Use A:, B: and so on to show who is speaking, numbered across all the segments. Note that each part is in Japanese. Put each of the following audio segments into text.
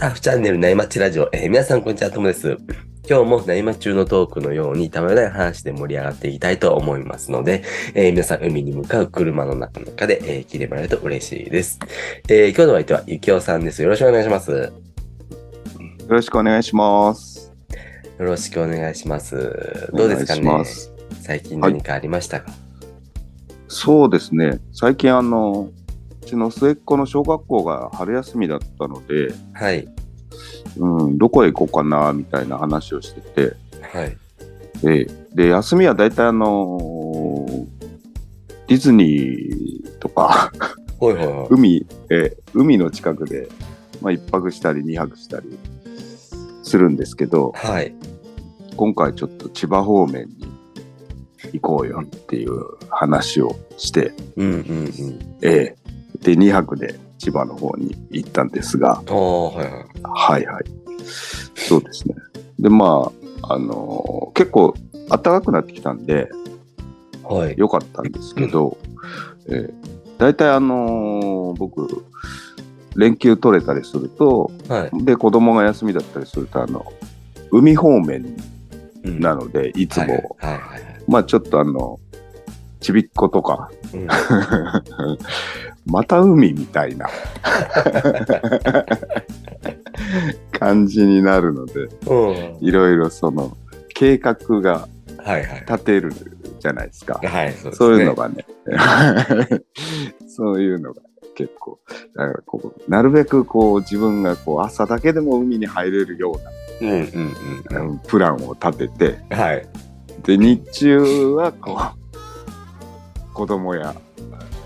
A: ハーフチャンネル、なにまちラジオ。えー皆さん、こんにちは、ともです。今日もなにま中のトークのように、たまらない話で盛り上がっていきたいと思いますので、えー皆さん、海に向かう車の中の中で、えー聞いてもらえると嬉しいです。えー今日のお相手は、ゆきおさんです。よろしくお願いします。よ
B: よろしくお願いします。
A: ろしくお願いします。どうですか
B: お願
A: ね
B: いします
A: 最近何かありましたか、
B: そうですね。最近あの、うちの末っ子の小学校が春休みだったので、
A: はい、
B: うん、どこへ行こうかな、みたいな話をしてて、
A: はい。
B: ええで、休みは大体あのーディズニーとか、
A: ほいほいほい。
B: 海、ええ海の近くで、まあ、一泊したり二泊したりするんですけど、
A: はい。
B: 今回ちょっと千葉方面に行こうよっていう話をして、
A: うんうんうん。
B: ええで、2泊で千葉の方に行ったんですが、
A: ああ、はいはい。
B: はいはい。そうですね。で、まあ、あのー結構暖かくなってきたんで、
A: はい。
B: 良かったんですけど、ええ大体あのー僕、連休取れたりすると、
A: はい。
B: で、子供が休みだったりすると、あの、海方面
A: うん
B: なので、いつも、
A: はいはいはいはい。
B: まあちょっとあの、ちびっことか、
A: うん
B: また海みたいな感じになるので
A: うん。
B: いろいろその計画が
A: はいはい。
B: 立てるじゃないですか
A: はい、そうですね。
B: そういうのがね そういうのが結構だからこうなるべくこう自分がこう朝だけでも海に入れるよ
A: うんうん
B: うなうんプランを立て
A: うん。はい。
B: てで日中はこう子供や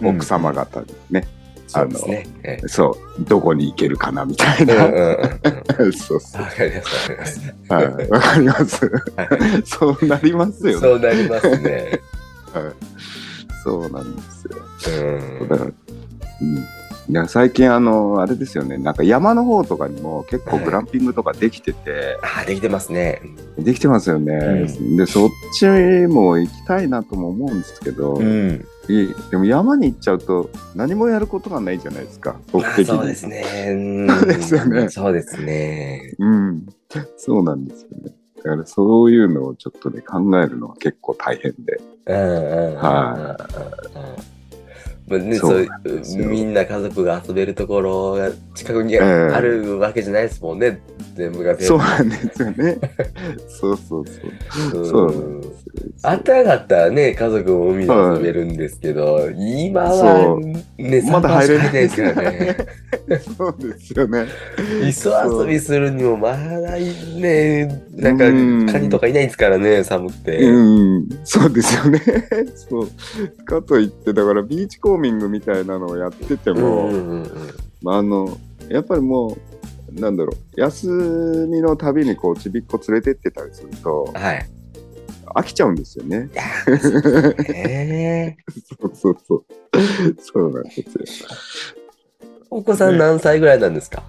B: 奥様方にね、
A: そうですね。 え
B: そうどこに行けるかなみた
A: え
B: いうな、
A: んうんうん。
B: そうそう。
A: わかります、わかります。
B: はい。わかります。そうなりますよね。
A: そうなりますね。
B: はいそうなんですよ。
A: うん
B: だ。から、うん。いや、最近、あの、あれですよね。なんか山の方とかにも結構グランピングとかできてて、
A: あ、できてますね。
B: できてますよね、
A: うん
B: で、そっちも行きたいなとも思うんですけど、
A: ん。
B: いいでも山に行っちゃうと何もやることがないじゃないですか、僕的に。
A: そうですね。うん
B: そうですよね
A: そうですね。
B: うん。そうなんですよね。だからそういうのをちょっとね、考えるのは結構大変で。
A: うんうんうんうん。
B: は
A: まあね、
B: そ
A: そうう
B: なんですよ
A: みんな家族が遊べるところが近くに
B: ええ
A: あるわけじゃないですもんね、全部が全部
B: そうなんです よね。そうそうそ
A: う
B: う。
A: ん
B: そうなんですよ
A: あんたかったらね、家族も海で遊べるんですけど、今は
B: そ
A: ね、
B: まだ入れない
A: ですからね。
B: そうですよね。
A: 磯遊びするにもまだね、なん
B: うん
A: かカニとかいないですからね、寒くて。
B: うん、そうですよね。そう。かといって、だからビーチコーミングみたいなのをやってても、
A: うんうんうん
B: まあ、あの、やっぱりもう、なんだろう、休みのたびにこう、ちびっこ連れてってたりすると、
A: はい。
B: 飽きちゃうんですよね。
A: いやーそうですね
B: そうそうそう。そうなん ですよ。
A: お子さん何歳ぐらいなんですか、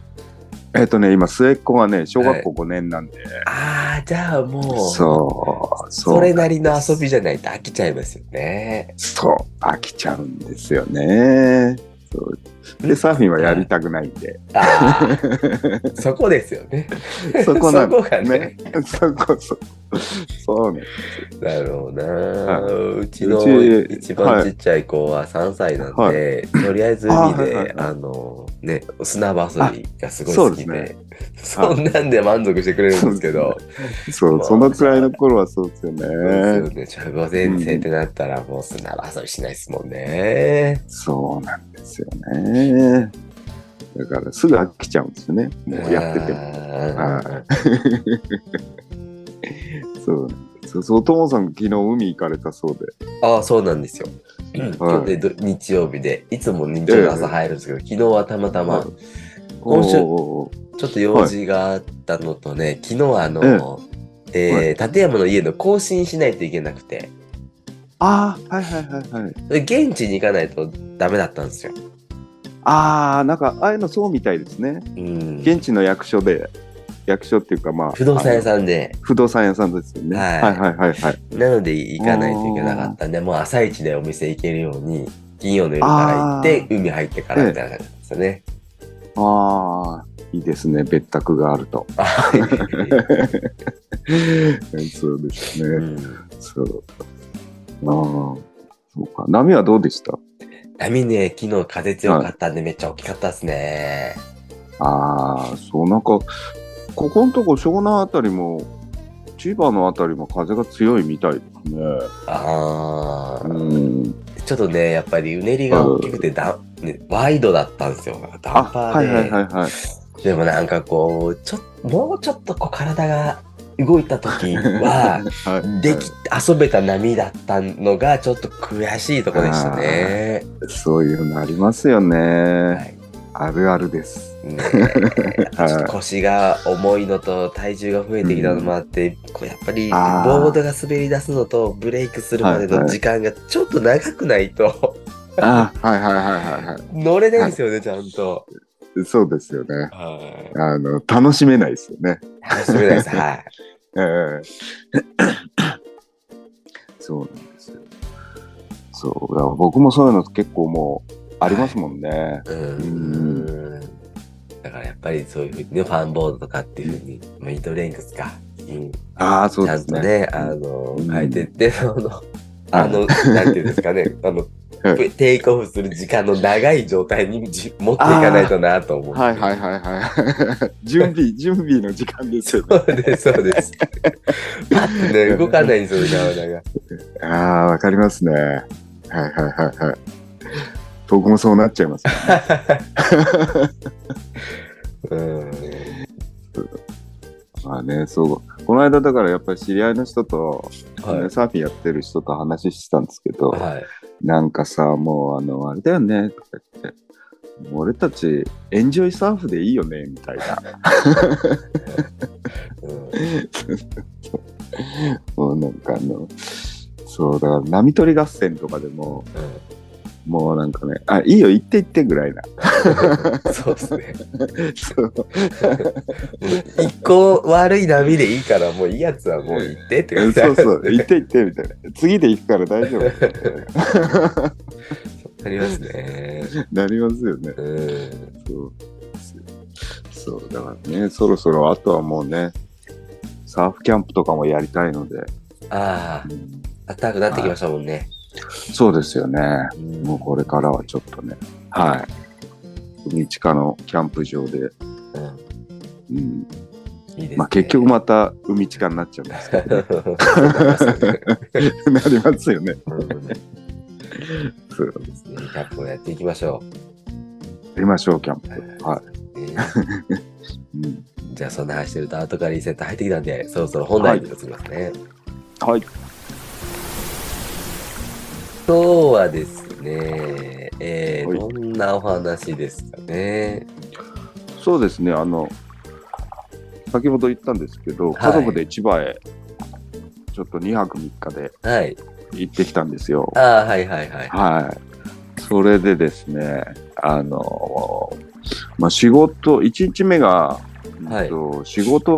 B: えっ、とね、今、末っ子がね、小学校5年なんで。
A: ああ、じゃあもう、
B: そう、そう。
A: それなりの遊びじゃないと飽きちゃいますよね。
B: そう、飽きちゃうんですよね。そうで、サーフィンはやりたくないんで。
A: ああ、 そこですよね。
B: そこなん
A: そこが
B: です
A: ね
B: ね。そこそこ。そうね。
A: だろうな、
B: は
A: うちの
B: うち
A: 一番ちっちゃい子は3歳なんで、
B: は
A: とりあえず海であ,、
B: あはいはいはい
A: のね砂場遊びがすごい
B: そ
A: 好
B: うで
A: き
B: す
A: で
B: ね
A: そんなんで満足してくれるんですけど
B: そう、そのくらいの頃はそうですよ
A: そうですよ
B: ね。
A: ね小学校先生ってなったらもう砂場遊びしないですもんね。
B: そうなんですよね。だからすぐ飽きちゃうんですよね。もうやってても。
A: あ
B: そうなんですよ。そう、ともさん昨日海行かれたそうで。
A: ーあーそうなんですよ。今日で土日曜日でいつも日曜の朝入るんですけど、昨日はたまたま
B: はい
A: 今週
B: おー
A: ちょっと用事があったのとね、昨日はあの、えー
B: は
A: 立山の家の更新しないといけなくて、
B: ああ、はいはいはいはい。
A: で現地に行かないとダメだったんですよ。
B: ああ、なんか、ああいうのそうみたいですね。
A: うん、
B: 現地の役所で、役所っていうか、まあ、
A: 不動産屋
B: ん。
A: さんで、
B: 不動産屋さんですよね。
A: はい
B: はいはいはいはい。
A: なので行かないといけなかったんで、もう朝一でお店行けるように、金曜の夜から行って、海入ってからみたいな感じなんですよね。
B: ああ、いいですね。別宅があると。
A: あはい
B: そうです
A: う
B: ね。
A: ん
B: そう。ああ、そうか。波はどうでした
A: 波ね、昨日風強かったんで、めっちゃ大きかったですね。
B: ああ、そう、なんか、ここのとこ湘南あたりも、千葉のあたりも風が強いみたいですね。
A: ああ、
B: うん。
A: ちょっとね、やっぱりうねりが大きくてだ、ね、ワイドだったんですよ。ダ
B: あ、
A: ンパ
B: はいはいは
A: ー
B: いはい。
A: で。でもなんかこう、ちょっともうちょっとこう体が動いた時 は、
B: はい
A: でき、遊べた波だったのが、ちょっと悔しいとこでしたね。
B: そういうのありますよね。
A: はい
B: あるあるです。
A: ね
B: はい
A: ちょっと腰が重いのと体重が増えてきたのもあって、こうやっぱりボ
B: あー
A: ードが滑り出すのとブレイクするまでの時間がちょっと長くないと
B: あはいはいはいはいは
A: 乗れないですよね、ちゃんと。
B: い。そうですよね。
A: はい
B: あの、楽しめないですよね。
A: 楽しめないです。はい。
B: ええそうなんですよ。そう。だから僕もそういうの結構もう、ありますもんね。
A: う。
B: うん
A: だからやっぱりそういうふうにね、ファンボードとかっていうふうに、まあ、イートレンクスか。うん
B: ああ、そ
A: ち
B: う
A: ゃん
B: です
A: と
B: ね。
A: ね、あの、
B: うん
A: 変えてって、その、あの、なんていうんですかね、あの、
B: はい
A: テイクオフする時間の長い状態にじ持っていかないとなと思う。
B: はいはいはいはい。 準備、準備の時間ですよね。
A: そうです、そう です。パッとね、動かないんですよ、体が。
B: ああ、わかりますね。はいはいはいはい。僕もそうなっちゃいます。
A: うん。
B: まあね、そう。この間だからやっぱり知り合いの人と、
A: はい。
B: サーフィンやってる人と話してたんですけど、
A: はい。
B: なんかさ、もうあの、あれだよね、とか言って。俺たちエンジョイサーフでいいよねみたいな
A: うん
B: もうなんかあのそうだから波取り合戦とかでももうなんかねあいいよ行って行ってぐらいな
A: うんそうですね。
B: そう
A: 一個悪い波でいいから、もういいやつはもう行ってって
B: う
A: 感
B: ん
A: じ
B: そうそう、行って行ってみたいな。次で行くから大丈夫。
A: なりますね。
B: なりますよね。
A: うん。
B: そう。そう、だからね、そろそろあとはもうね、サーフキャンプとかもやりたいので。
A: ああ、
B: うん
A: 暖かくなってきましたもんね。
B: そうですよね。
A: うん
B: もうこれからはちょっとね、はい。海地下のキャンプ場で、
A: うん
B: うん。
A: いいですね
B: まあ結局また海地下になっちゃうんですけど、なりますよね。
A: うん
B: そう。
A: そうですね。キャンプをやっていきましょ
B: やりましょう、キャンプ。
A: う。。
B: はいい。うん、
A: じゃあそんな話してると後からリセット入ってきたんで、そろそろ本題に移りますね。
B: はい。
A: 今日はですね、えー
B: はい
A: どんなお話ですかね。
B: そうですね、あの、先ほど言ったんですけど、
A: い
B: 家族で千葉へ、ちょっと2泊3日で
A: はい。
B: 行ってきたんですよ。
A: ああ、はいはいはい。
B: はい。それでですね、あの、まあ、仕事、1日目が、
A: はい
B: えっと仕事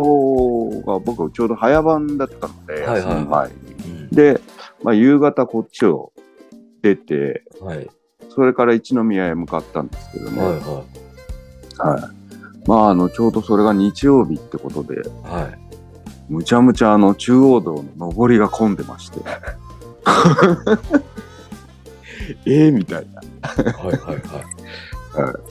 B: が僕ちょうど早番だったので、
A: はいはいはい
B: その前に
A: うん
B: で、まあ、夕方こっちを出て、
A: はい。
B: それから一宮へ向かったんですけども、
A: は
B: はいい。
A: は
B: まあ、あの、ちょうどそれが日曜日ってことで、
A: い。はい。
B: むちゃむちゃあの中央道の上りが混んで まして。ええみたいな。
A: はいはいは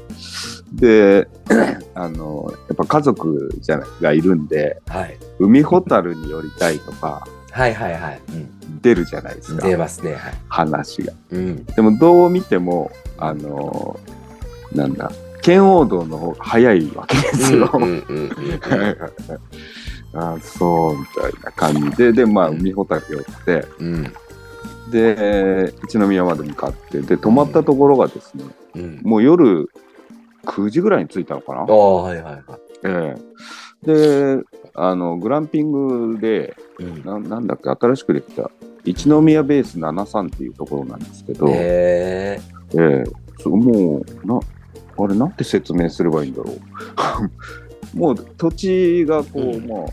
A: い。
B: で、 あの、やっぱ家族じゃないがいるんで、
A: はい。
B: 海ほたるに寄りたいとか
A: はいはいはい。うん。
B: 出るじゃないですか、
A: 出ますね。はい。
B: 話が。
A: うん。
B: でもどう見ても、あの、なんだ、圏央道の方が早いわけですよ。
A: うんうんうんうん。
B: あそうみたいな感じで、で、まあ、海ほたる寄って、
A: うん。
B: で、一宮まで向かって、で、泊まったところがですね、
A: うん。
B: もう夜9時ぐらいに着いたのかな
A: あ。あ、はいはいは
B: ええで、あの、グランピングで、
A: い。うん。
B: ななんだっけ、新しくできた、一宮ベース73っていうところなんですけど、え
A: へえ。
B: えそうもう、な、あれ、なんて説明すればいいんだろう。 もう土地がこう、
A: うん
B: まあ、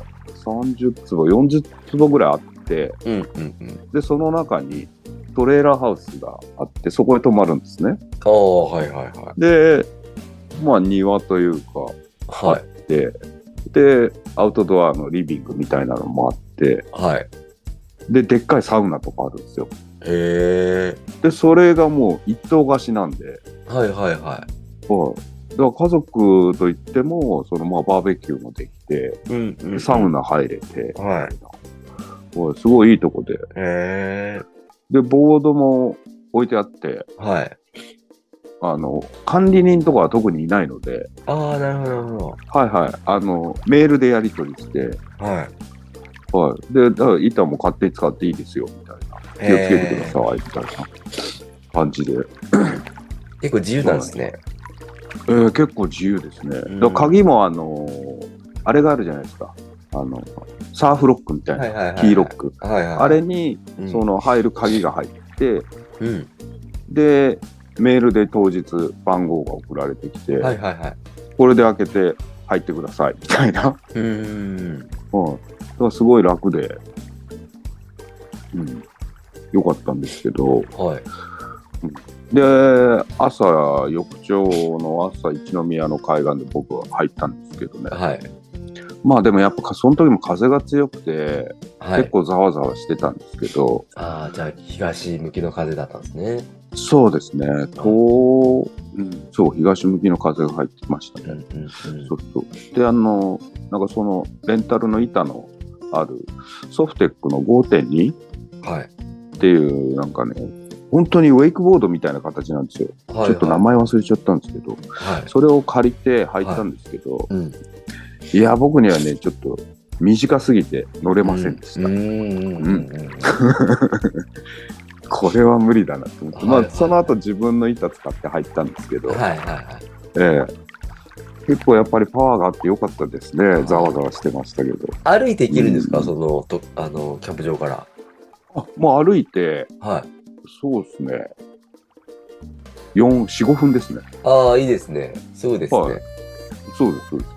B: 30坪、40坪ぐらいあって、
A: うんうんうん。
B: で、その中にトレーラーハウスがあって、そこへ泊まるんですね。
A: ああ、はいはいは
B: で、まあ庭というか、
A: はい。
B: で、で、アウトドアのリビングみたいなのもあって、
A: はい。
B: で、でっかいサウナとかあるんですよ。
A: へえ。
B: で、それがもう一棟貸しなんで、
A: はいはいは
B: はい。だから家族といっても、そのまあバーベキューもできて、
A: い。うん、う
B: サウナ入れて、、
A: はい
B: すごいいいとこで。
A: へえ。
B: で、ボードも置いてあって、
A: はい。
B: あの、管理人とかは特にいないので、
A: ああ、なるほど、なるほ
B: はいはい、あの、メールでやり取りして、
A: ど。はい。
B: はい。で、だから板も勝手に使っていいですよ、みたいな。気をつけてください、みたいな感じで。
A: 結構自由なんですね。
B: えー結構自由ですね。
A: うん
B: だから鍵もあのーあれがあるじゃないですか。あの、サーフロックみたいな、
A: はいはいはい。
B: キーロック。
A: ク。はいはい。
B: あれに、
A: うん
B: その入る鍵が入って、
A: うん。
B: で、メールで当日番号が送られてきて、
A: はいはいはい。
B: これで開けて入ってください、みたいな。
A: うーん。
B: うん。だからすごい楽で、うん。よかったんですけど、
A: はい。
B: で、朝、翌朝の朝、一宮の海岸で僕は入ったんですけどね。
A: はい。
B: まあでもやっぱかその時も風が強くて、
A: は
B: 結
A: い。
B: 構ざわざわしてたんですけど、
A: ああ、じゃあ、東向きの風だったんですね。
B: そうですね、こう、うん、そう、東向きの風が入ってきました
A: うんう
B: ね。
A: んうん
B: そうそう。で、あの、なんかその、レンタルの板のある、ソフテックの5.2
A: はい。
B: っていう、なんかね、本当にウェイクボードみたいな形なんですよ。
A: はい。
B: ちょっと名前忘れちゃったんですけど、
A: はい。
B: それを借りて履いたんですけど、
A: うん。
B: い、や、僕にはね、ちょっと短すぎて乗れませんでした。
A: うんうんうんうん。
B: これは無理だなと思って、
A: はい
B: まあ、その後自分の板使って入ったんですけど、
A: はいはいはい。
B: ええ結構やっぱりパワーがあってよかったですね、ざわざわしてましたけど、
A: 歩いて行けるんですか、
B: うん
A: そのとあのキャンプ場から。
B: あまあ、歩いて、
A: はい。
B: そうですね、4、4、5分ですね、
A: ああ、いいですね。すごいですね。
B: はいそうです、そうです、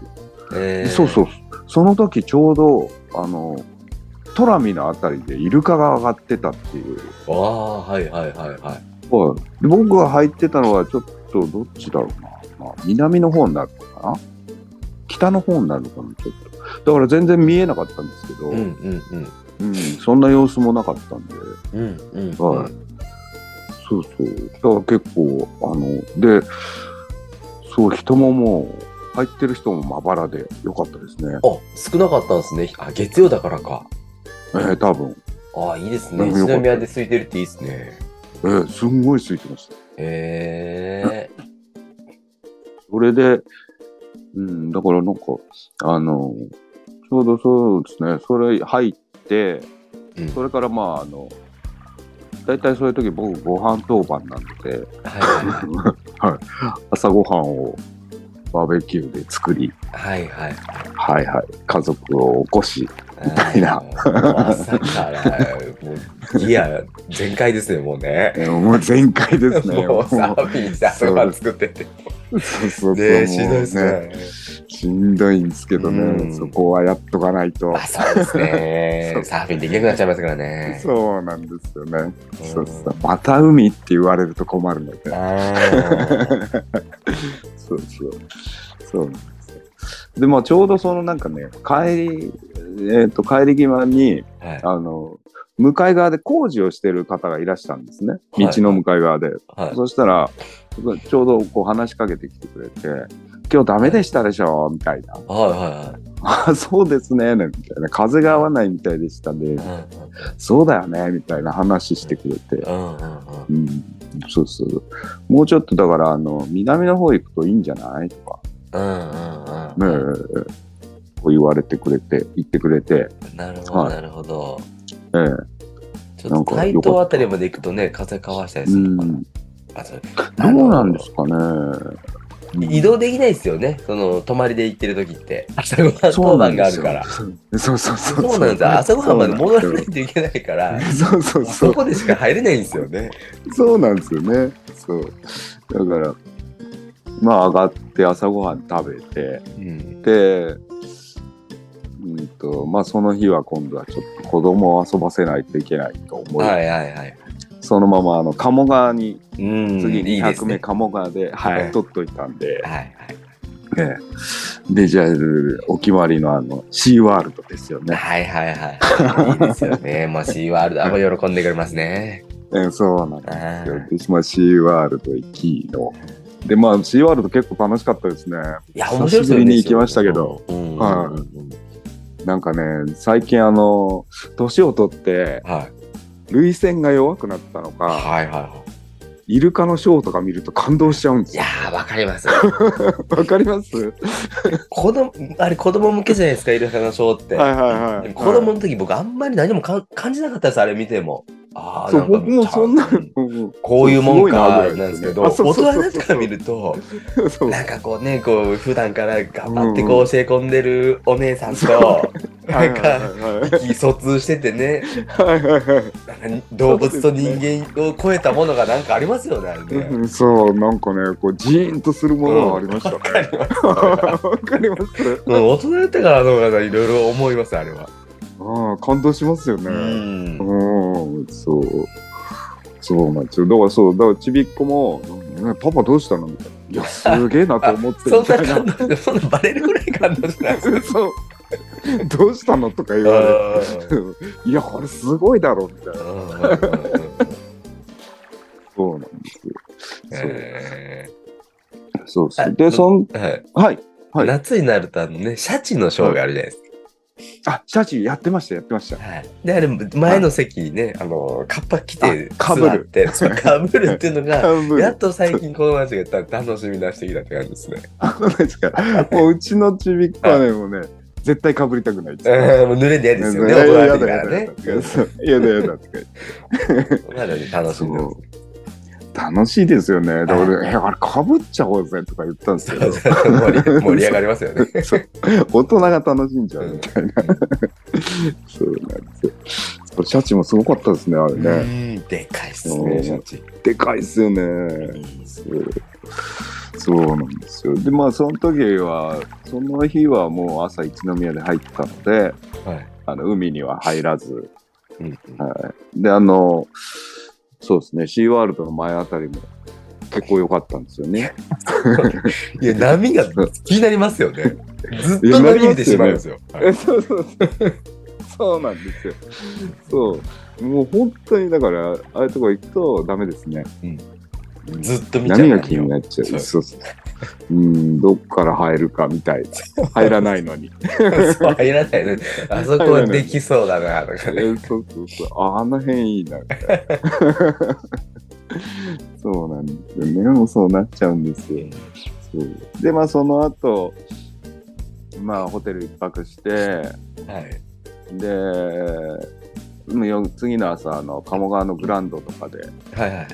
A: えー
B: そうそう、その時ちょうど、あのトラミのあたりでイルカが上がってたっていう、
A: ああ、はいはいはいはい。
B: はい、で僕が入ってたのは、ちょっとどっちだろうな、まあ、南の方になるのかな、北の方になるのかな、ちょっと。だから全然見えなかったんですけど、
A: うんうんうん。
B: うんそんな様子もなかったんで、
A: うんうん、うん。
B: はいそうそう、だから結構、あの、で、そう、人ももう、入ってる人もまばらでよかったですね。
A: あ少なかったんですね。あ月曜だからか。
B: えー、多分
A: ああ、いいですね。
B: うん
A: 一
B: よかった
A: 宮で空いてるっていいですね。
B: えー、すんごい空いてました。
A: ええ
B: それで、うん、だからなんか、あの、ちょうどそうですね、それ入って、
A: うん
B: それからまあ、あの、大体そういう時僕ご飯当番なので、
A: はいは
B: 朝ごはんをバーベキューで作り、
A: いはい。はいは
B: はいはい、家族を起こし、
A: い。
B: みたいな
A: あー。まさから、もう、ギア全開ですね、もうね。
B: えーもう全開です ね。
A: もうサ
B: も
A: ーフィンして朝ごはん作ってって。
B: うそうそうそう
A: ねえ、しんどいです
B: もう
A: ね。
B: しんどいんですけどね、
A: うん
B: そこはやっとかないと
A: ま。あそうです
B: そ
A: ね。
B: う
A: サーフィンできなくなっちゃいますからね。
B: そうなんですよね。
A: うん
B: そうそうまた海って言われると困るので。
A: あー
B: そうそう。そうなんですよ。で、まあ、ちょうどそのなんかね、帰り、えっと、帰り際に、
A: はい
B: あの、向かい側で工事をしてる方がいらしたんですね。
A: い
B: 道の向かい側で。
A: はい
B: そしたら、ちょうどこう話しかけてきてくれて、今日ダメでしたでしょみたいな。
A: は
B: あ、そうですね。みたいな。風が合わないみたいでした
A: い
B: ね。
A: はい。
B: そうだよね。みたいな話してくれて。
A: うんうんうん
B: うん。そうそう。もうちょっとだから、あの、南の方行くといいんじゃないとか。
A: うん
B: ね
A: うんうん。
B: え、こう言われてくれて、言ってくれて、
A: なるほど
B: はい
A: なるほど。
B: ええ
A: ちょ
B: な
A: っ
B: ん
A: と
B: か
A: 台
B: よかっ
A: 東
B: た
A: あたりまで行くとね、風かわしたり
B: う
A: するから
B: ん、ど
A: あそう
B: うなんですかね。
A: 移動できないですよね。その泊まりで行ってる時 って朝ごはん
B: そう
A: 当
B: な
A: 番が
B: んで
A: あ
B: す
A: る
B: よ
A: から。
B: そうそうそう。
A: そうなんですよ。朝ごはんまで戻らない
B: い。
A: といけないから。
B: そうそうそ。
A: そうこでしか入れないんですよね。
B: そうなんですよね。そう。だから、まあ上がって朝ごはん食べて、
A: うん。
B: で、うんと、まあその日は今度はちょっと子供を遊ばせないといけないと思い、
A: はいはいはい。
B: そのままあの鴨川に
A: うん
B: 次
A: いいです
B: 200
A: ね
B: 目。鴨川で、は
A: はい
B: い、取っといたんで、
A: はいはい。
B: ええでじゃあお決まりのあのシーワールドですよね、
A: はいはいはい。いいですよ ね。もうシーワールド、あ、もう喜んでくれますね。
B: ええそうなん
A: あ
B: ですよ
A: ー
B: 私もシーワールド行きのでまあシーワールド結構楽しかったですね
A: いや、面白いですよ
B: 久しぶ
A: ね。
B: りに行きましたけど
A: うん。うん
B: はい
A: うんうん
B: なんかね最近あの年を取って
A: はい。
B: 涙腺が弱くなったのか
A: はいはいは
B: イルカのショーとか見ると感動しちゃうんで
A: い。
B: す
A: い
B: よ
A: やー、わかります。
B: わかりますは
A: 子供、あれ子供向けじゃないですか、イルカのショーって。
B: いはいはい
A: 子供の時僕あんまり何もかん感じなかったです、あれ見ても。ああ、
B: そ
A: な
B: うん
A: か
B: 僕もそんな
A: う
B: うん
A: こういうもんか
B: すごいなぐらいですね
A: なんですけど、
B: あそ
A: 大
B: うそうそう
A: 人
B: そう
A: になってから見ると、
B: うんそう
A: なんかこうね、こう、普段から頑張って
B: うん
A: こ
B: う
A: う教え込んでるお姉さんと、なんか、意気疎通しててね、
B: はいはいはいは
A: な
B: い
A: んか動物と人間を超えたものがなんかありますよね、あれね。
B: うんそうなんかねこうジーンとするものがありましたね
A: わかります
B: わかります
A: うん大人になってからの方がいろいろ思います、あれは。
B: ああ感動しますよね
A: う。
B: うんんそうそうなんですよだからそうだからちびっこもうん「パパどうしたの?」みたいな「いやすげえなと思って」
A: そん
B: み
A: な
B: たいな
A: 感動して、そんなバレるぐらい感動しないです。
B: そうどうしたのとか言われて「いやこれすごいだろ」みたいなそうなんですよ
A: え
B: そうそう
A: あ
B: そうでそん
A: ーはい
B: はいはい
A: 夏になるとあのね、シャチのショーがあるじゃないです
B: あシャチやってましたやってました
A: か。はい、で、あれ、前の席にね、あの、カッパ着て、
B: あ被る
A: 座って、そうかぶるっていうの が、
B: 半分
A: やっと最近この話がやったら楽しみ出してきたって感じ ですね。
B: そうですか。もううちのちびっこはね、もうね、絶対かぶりたくないです。
A: うんもう濡れて嫌ですよね、大人だからね。
B: やだやだとか言って
A: なのに 楽しんでます。
B: 楽しいですよね。だから俺、え、あれかぶっちゃおうぜとか言ったんですけど、
A: 盛り盛り上がります よね。
B: そう大人が楽しんじゃうみたいな。そうなんですよ。そうシャチもすごかったですね、あれ
A: う
B: ね。
A: んでかいっすね、シャチ。
B: でかいっすよね。そうそうなんですよ。で、まあ、その時は、その日はもう朝一宮で入ったので、
A: はい
B: あの海には入らず、
A: うん
B: で、あの、そうですね、シーワールドの前あたりも結構良かったんですよね。
A: いや、波が気になりますよね。ずっと波見てしまうんですよ。
B: え そうそうそう。そうなんですよ。そう。もう本当にだから、ああいうとこ行くとダメですね。
A: ずっと見ちゃう。
B: 波が気になっちゃ
A: そ
B: う。そううそううん、どっから入るかみたいな。入らないのに。
A: そう入らないね。あそこはできそうだな、とか
B: え
A: ね。
B: そうそうそう。ああの辺いいな、 みたいな。そうなんですよね。もうそうなっちゃうんですよ。そうでまあその後まあホテル一泊して
A: はい。
B: でうんよ次の朝あの鴨川のグランドとかで
A: はいはい。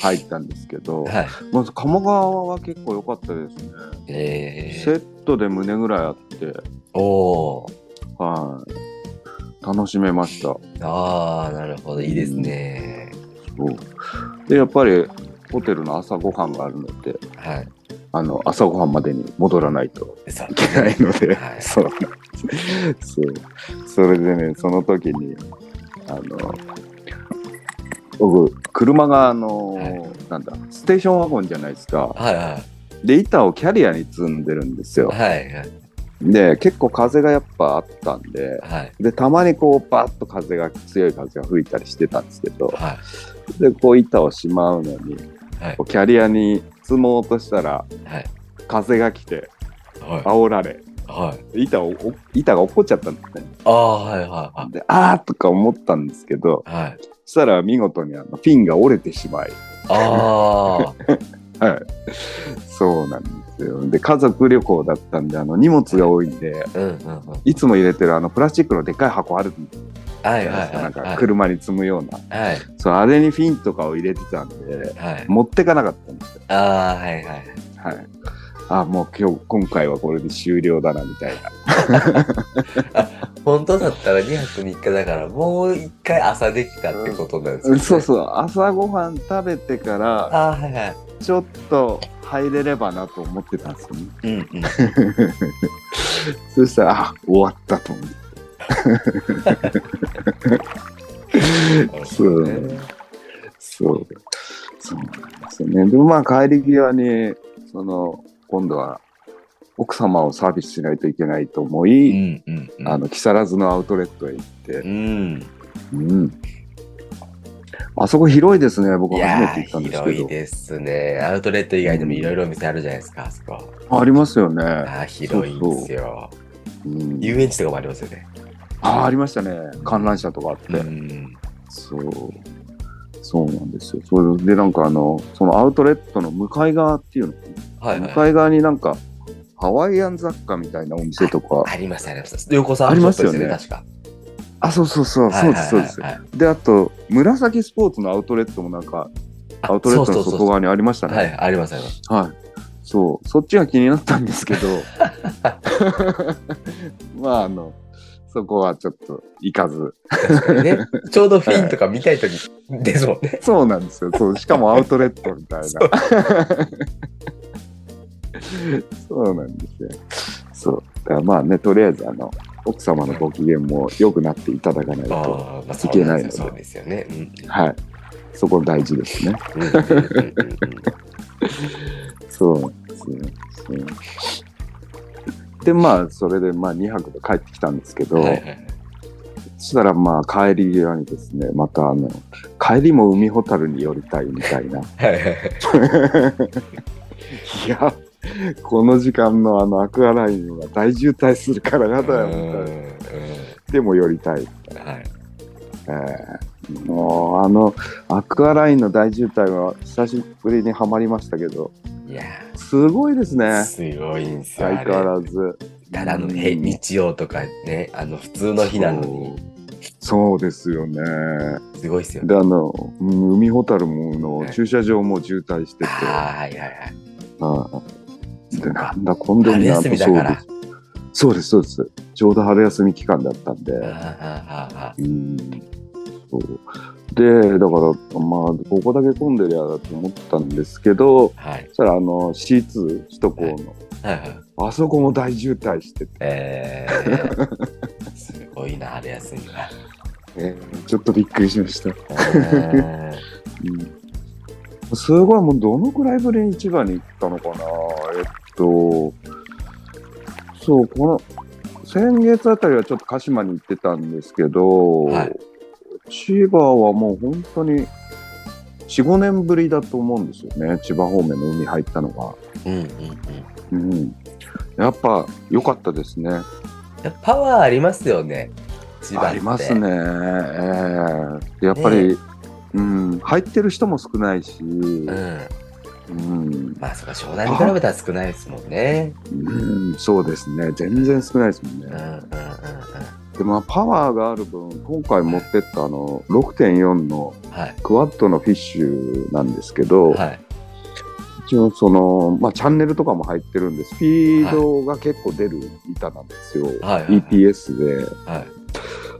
B: 入ったんですけど、
A: はい。
B: まず鴨川は結構良かったですね、
A: え
B: セ
A: ー、
B: ットで胸ぐらいあって
A: おー。
B: はい楽しめましたそ
A: あー、なるほど。いいですね。
B: うでやっぱりホテルの朝ごはんがあるので
A: は
B: あの朝ごはんまでに戻らないと
A: い。さ
B: いけないので、
A: はい
B: そうなんですそうそれでねその時にあの僕車があの、
A: はい
B: なんだステーションワゴンじゃないですか
A: はいは
B: で板をキャリアに積んでるんです
A: い。
B: よ
A: はいはい。
B: で結構風がやっぱあったんで
A: はい。
B: でたまにこうバーッと風が強い風が吹いたりしてたんですけど
A: は
B: でこう板をしまうのに、
A: はい
B: こうキャリアに積もうとしたら
A: い。はい。
B: 風が来て
A: は
B: 煽られ
A: い。はい。
B: 板をお板が落っこっちゃったんですね
A: あー、はいは
B: で、あーとか思ったんですけど、
A: いはい。はい。
B: そしたら見事にあのフィンが折れてしまい、
A: あ
B: はい。そうなんですよ。で、家族旅行だったんで、あの、荷物が多いんで、
A: ー。うんうんうん。
B: いつも入れてるあの、プラスチックのでっかい箱あるんですよ。
A: はいはいはい。
B: なんか、車に積むような。
A: はい。
B: そう、あれにフィンとかを入れてたんで、
A: はい。
B: 持ってかなかったんですよ。
A: あー、はいはい。
B: はい。あ、もう今日、今回はこれで終了だな、みたいな。
A: 本当だったら2泊3日だからもう1回朝できたってことなんですよ、ね
B: そうそう、朝ごはん食べてから、
A: ああはいはい
B: ちょっと入れればなと思ってたんですよね。
A: うんうん
B: そしたら、あ、終わったと思って。そうそうそうなんですよね。でもまあ帰り際に、その、今度は奥様をサービスしないといけないと思
A: う
B: い、
A: んうんうん。
B: あの、木更津のアウトレットへ行って、
A: うん。
B: うん。あそこ広いですね。僕
A: い
B: 初
A: や
B: めて
A: ー
B: 行ったんですけ
A: 広い
B: ど。
A: ですね。アウトレット以外でもいろいろお店あるじゃないですか、あそこ。
B: ありますよね。
A: あー広いんですよ。
B: うん、
A: 遊園地とかもありますよね。
B: あありましたね。観覧車とかあって。
A: うん。
B: そう。そうなんですよ。それで、なんかあの、そのアウトレットの向かい側っていうの、
A: はい、
B: 向
A: は
B: かい側になんか、ハワイアン雑貨みたいなお店とか、
A: い。ありますあります。横さん
B: ありますよね
A: 確か。
B: あ、そうそうそう、そうです、そうです
A: はい。はいはい
B: で、あと、紫スポーツのアウトレットもなんか、
A: あ
B: アウトレット
A: そ
B: の
A: うそうそう
B: 外側にありました
A: は
B: ね。
A: い、ありますあります。
B: はい。そう、そっちが気になったんですけ ど、まあ、あの、そこはちょっと行かず。
A: 確かにね、ちょうどフィンとか見たいときですもんね。
B: そうなんですよ。そうしかもアウトレットみたいな。そうなんですよ。そう。だからまあね、とりあえずあの奥様のご機嫌も良くなっていただかないと、
A: ああ、まあ
B: いけないので
A: そうですよね。うん
B: はい。そこ大事ですね。
A: うんうんうんうんうん
B: そうなんですよ。そうで、まあ、それで、まあ、2泊で帰ってきたんですけど、
A: はいはい
B: そしたら、まあ、帰り際にですね、また、あの、帰りも海ほたるに寄りたいみたいな。
A: はいはいはい
B: いや、 この時間のあのアクアラインは大渋滞するからやだよみたいな。でも寄りたい。
A: うんうんはい
B: えーもうあのアクアラインの大渋滞は久しぶりにはまりましたけど、
A: いや
B: すごいです
A: ー
B: ね。
A: すごいんですよ。
B: 相
A: あ
B: 変わ
A: れ
B: らず。
A: ただの
B: う
A: へ
B: ん
A: 日曜とかね、あの普通の日なのに、
B: そうですよね。
A: すごいですよね。
B: で、あの、うん海ほたるもの駐車場も渋滞してて、
A: ああ、はいはいはい。
B: うんで、なんだ、今度
A: 春
B: にな
A: 休みだから。
B: そうです、そうです。ちょうど春休み期間だったんで。
A: ああああああ
B: うんそうでだからまあここだけ混んでりゃだと思ったんですけど
A: はい
B: そしたらあの C2 首都高の、
A: はいはい。
B: あそこも大渋滞してて、
A: えー、 すごいな、春休みは。
B: ちょっとびっくりしました、
A: うん
B: うん、すごいもうどのくらいぶりに市場に行ったのかなえっとそうこの先月あたりはちょっと鹿島に行ってたんですけど、
A: はい
B: 千葉はもう本当に45年ぶりだと思うんですよね千葉方面の海入ったのが、
A: うんうんうん。
B: うん、やっぱ良かったですね
A: パワーありますよね。千葉って
B: ありますね、ええやっぱり、うん、入ってる人も少ないし、
A: う
B: う
A: ん。
B: んうん
A: まあ、そっか、湘南に比べたら少ないですもんね。
B: そうですね全然少ないですもん
A: うんうんうん
B: ね、
A: うん
B: でもまあパワーがある分今回持ってったあの6.4の
A: うん。はい。
B: クワッドのフィッシュなんですけど、
A: はい。
B: 一応その、まあ、チャンネルとかも入ってるんで、スピードが結構出る板なんですよ。
A: はい。
B: EPS で。
A: はい。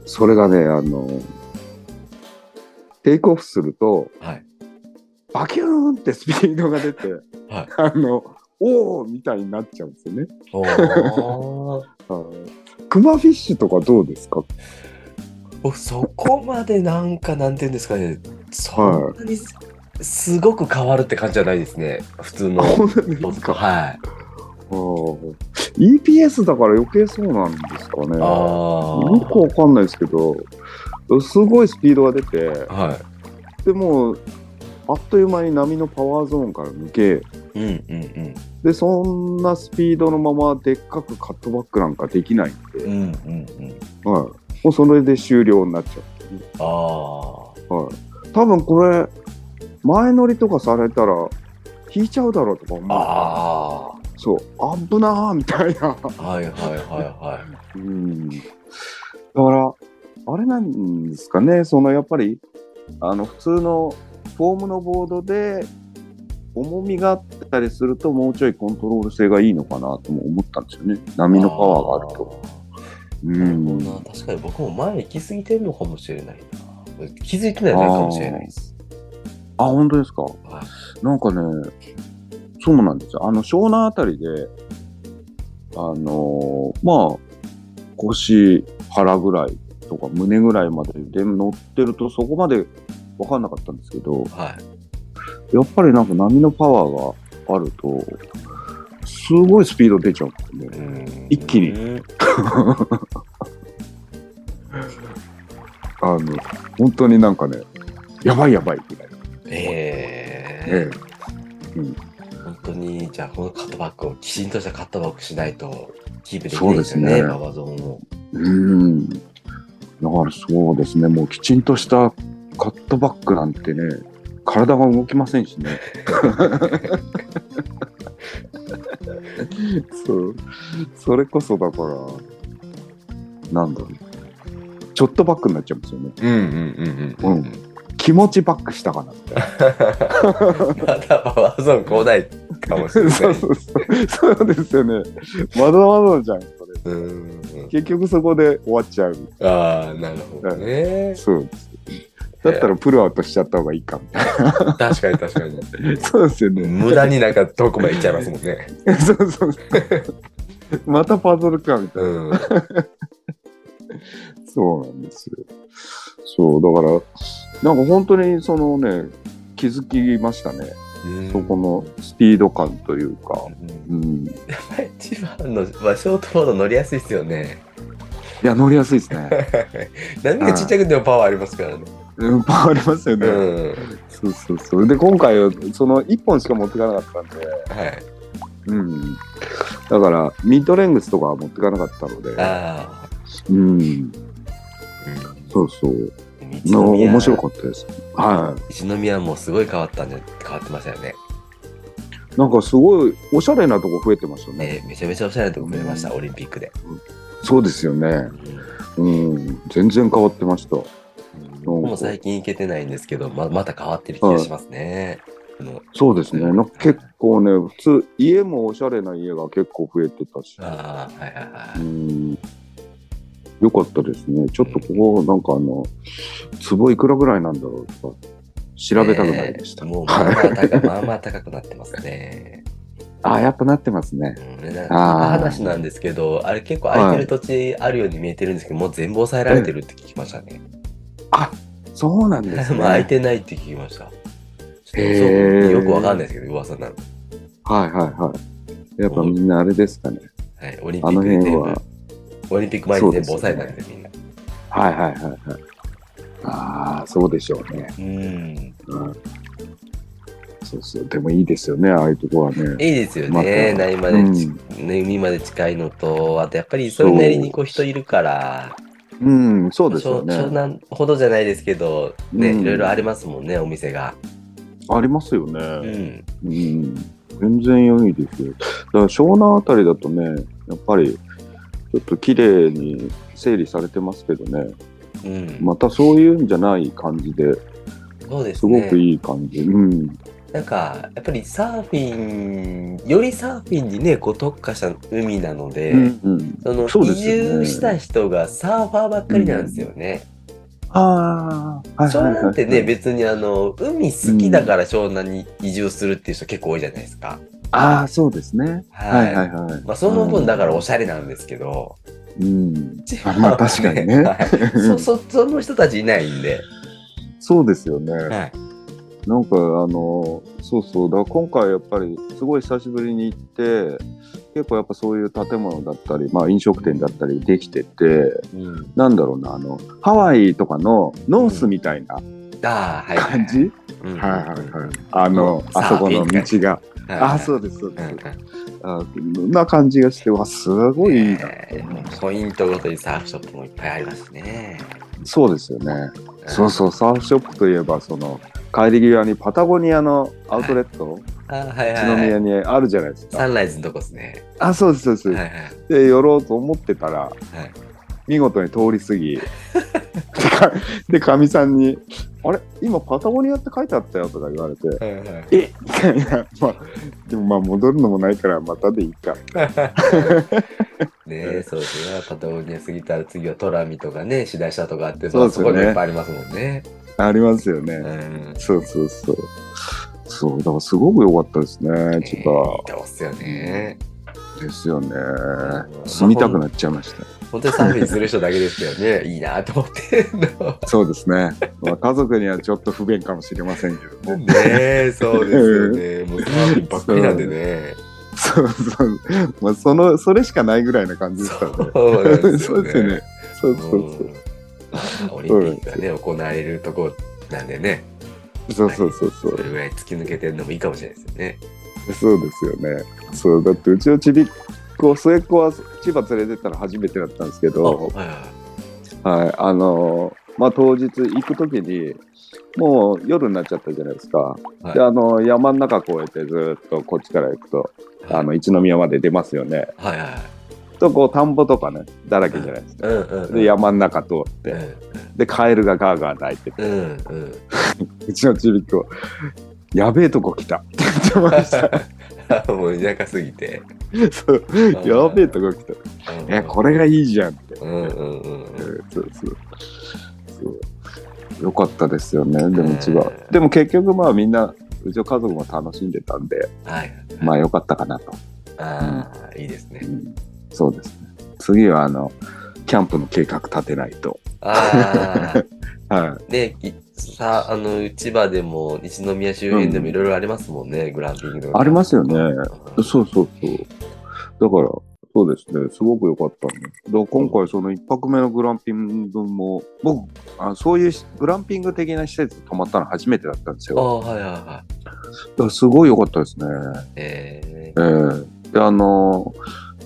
B: それがね、あの、テイクオフすると、
A: はい。
B: バキューンってスピードが出て、
A: はい
B: あの、おーみたいになっちゃうんですよね。
A: おー
B: あのクマフィッシュとかどうですか
A: 僕そこまでなんかなんていうんですかねそんなにす,、ごく変わるって感じじゃないですね普通の
B: あ本当ですか
A: はい
B: あー ?EPS だから余計そうなんですかね。
A: ああ
B: よくわかんないですけど、すごいスピードが出て、
A: は
B: でもうあっという間に波のパワーゾーンから抜け
A: いうんうん
B: でそんなスピードのままでっかくカットバックなんかできないんで、
A: うんうんうんうん
B: はい、もうそれで終了になっちゃ
A: ああ
B: う、はい、多分これ前乗りとかされたら引いちゃうだろうとか思
A: あ
B: うそう危なーみたいな
A: あはいはいはいはい
B: うんだからあれなんですかねそのやっぱりあの普通のフォームのボードで重みがあったりするともうちょいコントロール性がいいのかなとも思ったんですよね波のパワーがあると。う
A: なるほど
B: ん
A: な確かに僕も前行き過ぎてるのかもしれないな気づいてないだけかもしれないです
B: あ本当ですか
A: は
B: なんかねそうなんですよあの湘南あたりであのーまあ腰腹ぐらいとか胸ぐらいまでで乗ってるとそこまで分かんなかったんですけど、
A: はい。
B: やっぱりなんか波のパワーがあると、すごいスピード出ちゃうんですね。一気に
A: に。
B: あの、本当になんかね、やばいやばいみたいな。
A: ええ
B: え
A: 本当に、じゃあこのカットバックを、きちんとしたカットバックしないと、キープでき
B: そ
A: ない
B: う
A: で
B: ですす
A: よ
B: ね
A: ね、ババゾーンを。
B: えうん。だからそうですね、もうきちんとしたカットバックなんてね、体が動きませんしね。そう。それこそだから、なんだろう。ちょっとバックになっちゃいますよね。
A: うんうん
B: うんうん気持ちバックしたかなみたいな。
A: まだババゾーン来ないかもしれ
B: そ
A: な
B: う
A: い。
B: そうそう。そうですよね。わざわざじゃん、それ。
A: うん
B: 結局そこで終わっちゃう。
A: ああ、なるほどね。
B: そうです。だったらプルアウトしちゃった方がいいかみたい
A: 確かに確かに。
B: な。そうですよね。
A: 無駄になんか遠くまで行っちゃいますもんね。
B: そうそう。またパズルかみたい
A: うん。
B: な。そうなんですよ。そう、だから、なんか本当にそのね、気づきましたね。そこのスピード感というか。
A: うん。
B: うん。い
A: 一番の、まあ、ショートボード乗りやすいですよね。
B: や、乗りやすいですね。
A: 何がちっちゃくてもパワーありますからね。
B: うん、パワーありますよ
A: う
B: ね。
A: ん。
B: そうそうそう。で、今回はその1本しか持ってかなかったんで、
A: はい。
B: うん。だから、ミッドレングスとかは持ってかなかったので、
A: ああ。
B: うん。
A: うん
B: そうそう。
A: 一
B: の
A: 宮
B: 面白かったです。は
A: 一宮もすごい変わったんじゃ変わってましたよね。
B: い。なんかすごいおしゃれなとこ増えてましたね。
A: ねめちゃめちゃおしゃれなとこ増えました、オリンピックで。
B: そうですよね
A: う。ん
B: うん。全然変わってました。
A: 僕も最近行けてないんですけど、ままた変わってる気がしますね。あの
B: そうですね。なんか結構ね、普通、家もおしゃれな家が結構増えてたし。
A: ああ、はいはいは
B: う
A: い。
B: ん。よかったですね。ちょっとここ、なんかあの、壺いくらぐらいなんだろうとか、調べたくなりました。
A: えーもうまあまあ高く、まあまあ高くなってますね。
B: あ、やっぱなってますね。
A: うん、でなんか
B: あー
A: 話なんですけど、あれ結構空いてる土地あるように見えてるんですけど、もう全部抑えられてるって聞きましたね。
B: そうなんで すね。
A: まあ空いてないって聞きました。ちょっと
B: へー
A: そうよくわかんないですけど、噂なの。
B: はいはいはい。やっぱみんなあれですかね。
A: はい、オリンピッ
B: あの
A: クで
B: 辺
A: 全
B: は。
A: 部、オリンピック前に全部抑えたんですよ、
B: はいはいはいはい。ああ、そうでしょうね。
A: みんな。うん。
B: うんそうそう。でもいいですよね、ああいうとこはね。
A: いいですよ
B: また
A: ね、何ま
B: う
A: で
B: ん
A: ち、ね海まで近いのと、あとやっぱりそれなりにこう人いるから、
B: うん、そうです
A: 湘
B: よね。
A: 湘南ほどじゃないですけど、ね、
B: うん
A: いろいろありますもんね、お店が。
B: ありますよ
A: う
B: ね。
A: ん。
B: うん。全然良いですよ。だから湘南あたりだとね、やっぱり、ちょっと綺麗に整理されてますけどね、
A: うん。
B: またそういうんじゃない感じで、
A: そうです
B: すご
A: ね
B: く。いい感じ。うん。
A: なんか、やっぱりサーフィン、よりサーフィンにね、こう特化した海なので、
B: うんうん
A: その
B: そうで
A: 移
B: すよね
A: 住した人がサーファーばっかりなんですよね。
B: ああ、はい
A: 湘
B: はいはい
A: 南ってね、別にあの、海好きだから湘南に移住するっていう人結構多いじゃないですか。
B: ああ、そうですね。
A: は
B: はい
A: い。
B: はいはい。
A: まあ、その
B: う
A: 分
B: ん
A: だからおしゃれなんですけど、
B: うん。
A: 一
B: あ
A: 番
B: まあ確かにね。
A: はいそそその人たちいないんで、
B: そうですよね。
A: はい、
B: なんかあのそうそうだから今回やっぱりすごい久しぶりに行って結構やっぱそういう建物だったり、まあ、飲食店だったりできてて
A: うん、
B: なんだろうなあのハワイとかのノースみたいな
A: ああはいはい
B: 感じ、
A: うん
B: はいはいはいあの
A: サー
B: あ
A: フィ
B: そ
A: ン
B: この道が
A: はい
B: あ
A: う
B: そうですそうで
A: ん
B: す
A: うん、
B: あな感じがしてわすごいいいなって
A: え
B: 思いまし
A: ーポイントごとにサーフショップもいっぱいありますね。
B: たそうですよねそう
A: う
B: そうサーフショップといえばその帰り際にパタゴニアのアウトレット、
A: ん。あはい
B: 宇都
A: はい、は
B: 宮
A: い。
B: にあるじゃないですか、
A: サンライズのとこですね。
B: あそうですそうです、
A: はいはいはい。
B: で寄ろうと思ってたら見事に通り過ぎ でかでかみさんに「あれ今パタゴニアって書いてあったよ」とか言われて
A: はいはい
B: 「えみたいな、 まあ、でもまあ戻るのもないからまたでいいか
A: ねえ、そうですね。パタゴニア過ぎたら次はトラミとかね、シダシャとかあって、
B: そうです
A: そ
B: よ
A: こ
B: ね
A: にもいっぱいありますもんね。」
B: ありますよね、
A: うん。
B: そうそうそうそうだからすごく良かったですね千
A: いい
B: 葉
A: とこっすよね。
B: ですよね。住みたくなっちゃいました。
A: 本当にサーフィンする人だけですよね。いいなと思って。
B: そうですね。まあ、家族にはちょっと不便かもしれませんけど
A: ね
B: ね。
A: え、そうですよね。もうサーフィンばっかりなんでね。
B: そうそう。まあ、その、それしかないぐらいな感じですからね。
A: そうなんです
B: そ
A: よ
B: うですよ
A: ね
B: ね。。そうそう
A: うんまあオリンピックがね、行われるとこなんでね、
B: そう。そうそう
A: そ
B: そうそ。
A: うれぐらい突き抜けてるのもいいかもしれないですよね。
B: そうですよね。そう、だってうちのちびっ子、末っ子は千葉連れてったら初めてだったんですけ
A: あ
B: ど、
A: はいは
B: はい、あのーまあ、当日行く時に、もう夜になっちゃったじゃないですか。
A: はい
B: で、あの、山の中越えてずっとこっちから行くと、
A: い
B: あの、一宮まで出ますよね。
A: はいはい。
B: と、こう、田んぼとかね、だらけじゃないですか。
A: うんうん。
B: で、山の中通っ
A: う
B: て、
A: ん
B: で、カエルがガーガー鳴いてて、
A: うんうん。
B: うちのちびっ子、やべえとこ来たって言って ました。
A: もう田舎すぎて。
B: そう やべえとこ来た。え、これがいいじゃんって。
A: うんうんうんうん。
B: そうそうそうよかったですよねでも違う、
A: うん
B: でも結局まあみんなうちの家族も楽しんでたんで
A: はい。
B: まあよかったかなと、
A: ああ、いいですね
B: う。んそうですね次はあのキャンプの計画立てないと
A: あ あ。
B: はい
A: で、いさあの、千葉でも、西宮周辺でもいろいろありますもんね、グランピングとか。
B: ありますよね
A: うん
B: そうそうそうだからそうですねすごく良かったねで今回その1泊目のグランピングも僕あそういうしグランピング的な施設泊まったの初めてだったんで
A: あ
B: すよ
A: あ、はいはいはい。
B: だからすごい良かったですね
A: ええ
B: ええであの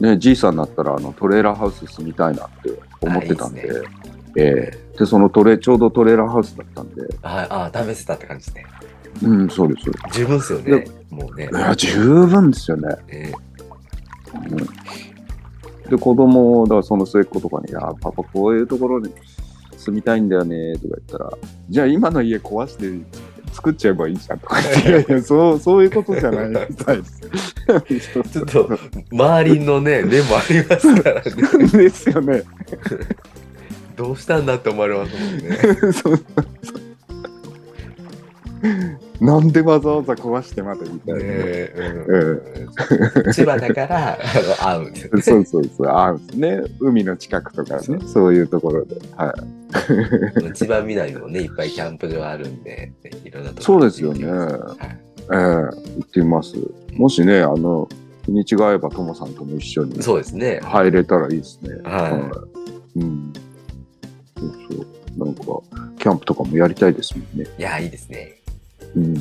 B: ねじいさんになったらあのトレーラーハウス住みたいなって思ってたんで
A: あいいです
B: ええでそのトレちょうどトレーラーハウスだったんで
A: はい、ああ、試せたって感じですね。
B: うんそうです
A: 十分ですよね。もうね。
B: いや十分ですよね、
A: ええ
B: うん、で子供をだからその末っ子とかに「いやパパこういうところに住みたいんだよね」とか言ったら「じゃあ今の家壊して作っちゃえばいいじゃん」とか言って「いやいやそうそういうことじゃないみたいです」
A: ちょっと、周りのね、目もありますからね。
B: ですよね
A: どうしたんだって思われますもんね。
B: そうそうそうなんでわざわざ壊してまでみたいな、
A: えうん、千葉だ から、あの、合うんですよね。
B: そうそうそうあね海の近くとか
A: そ
B: ね
A: う
B: そういうところで、はい、
A: 千葉南もね、いっぱいキャンプ場あるんで、いろんなとこ
B: そうですよね
A: はい
B: ええ行ってみますもしねあの日にちが合えばともさんとも一緒に
A: そうですね。
B: 入れたらいいですね、
A: はい
B: うんそうそうなんかキャンプとかもやりたいですもんね
A: いや、いいですね。
B: うん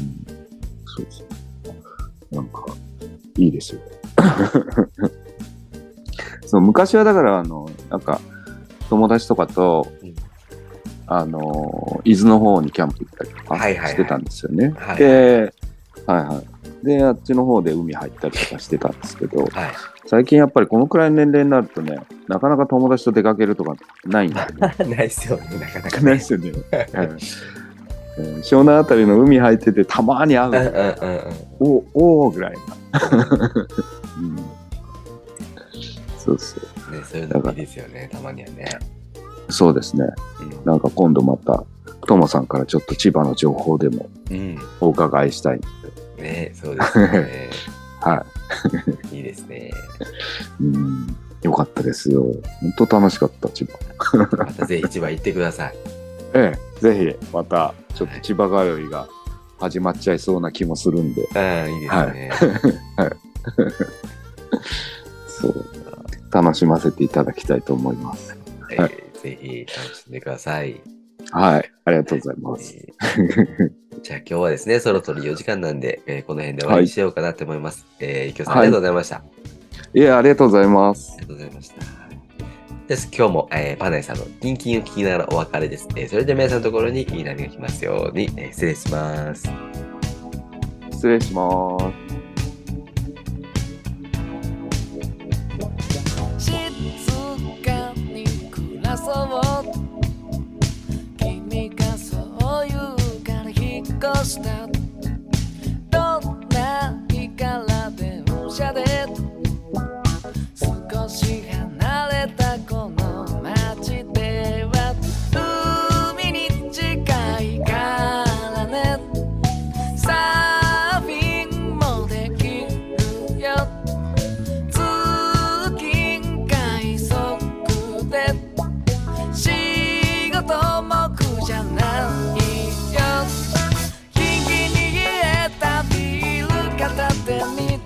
B: そうそう。なんか、いいですよ。 そう昔はだから、あの、なんか、友達とかと、
A: うん
B: あの、伊豆の方にキャンプ行ったりと
A: は
B: か
A: いはいはい
B: してたんですよね。
A: はい
B: で、はいはい。で、あっちの方で海入ったりとかしてたんですけ ど、
A: はい。
B: 最近やっぱりこのくらいの年齢になるとね、なかなか友達と出かけるとかないんだよね。
A: ないっすよね、な かなか
B: ない
A: ね。
B: ですよね。うんうん湘南あたりの海入っててたまに会う
A: うんうん
B: の
A: うんうん。
B: おおーぐらいな、うん、 そうそう
A: ね、そういうのもいいですよね、たまにはね。
B: そうですね
A: うん
B: なんか今度またトモさんからちょっと千葉の情報でも
A: うん。
B: お伺いしたい
A: ね、そうですよ ね。
B: はい
A: いですね。
B: いうんよかったですよ本当楽しかった千葉
A: またぜひ千葉行ってください。
B: ええぜひまたちょっと千葉通いが始まっちゃいそうな気もするんで
A: うん、いいですね。
B: そう楽しませていただきたいと思います
A: え
B: は
A: ーぜひ楽しんでください。
B: はいありがとうございます
A: えーじゃあ今日はですね、そろそろ4時間なんで、えーこの辺で終わりにしようかなと思います。えー、ゆきおさん、
B: は
A: あ
B: い
A: りがとうございました。あ
B: いやありがとうございます
A: りがとうございました。です今日も、えーパナイさんのキンキンを聞きながらお別れです。えーそれでは皆さんのところにいい波が来ますように、えー失礼します。
B: 失礼します
C: 静かに暮らそう君がそう言うから引っ越したどんな日から電車で少し離れたこの街では海に近いからねサーフィンもできるよずってみ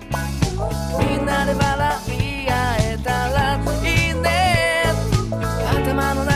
C: みんなで笑い合えたらいいね頭の中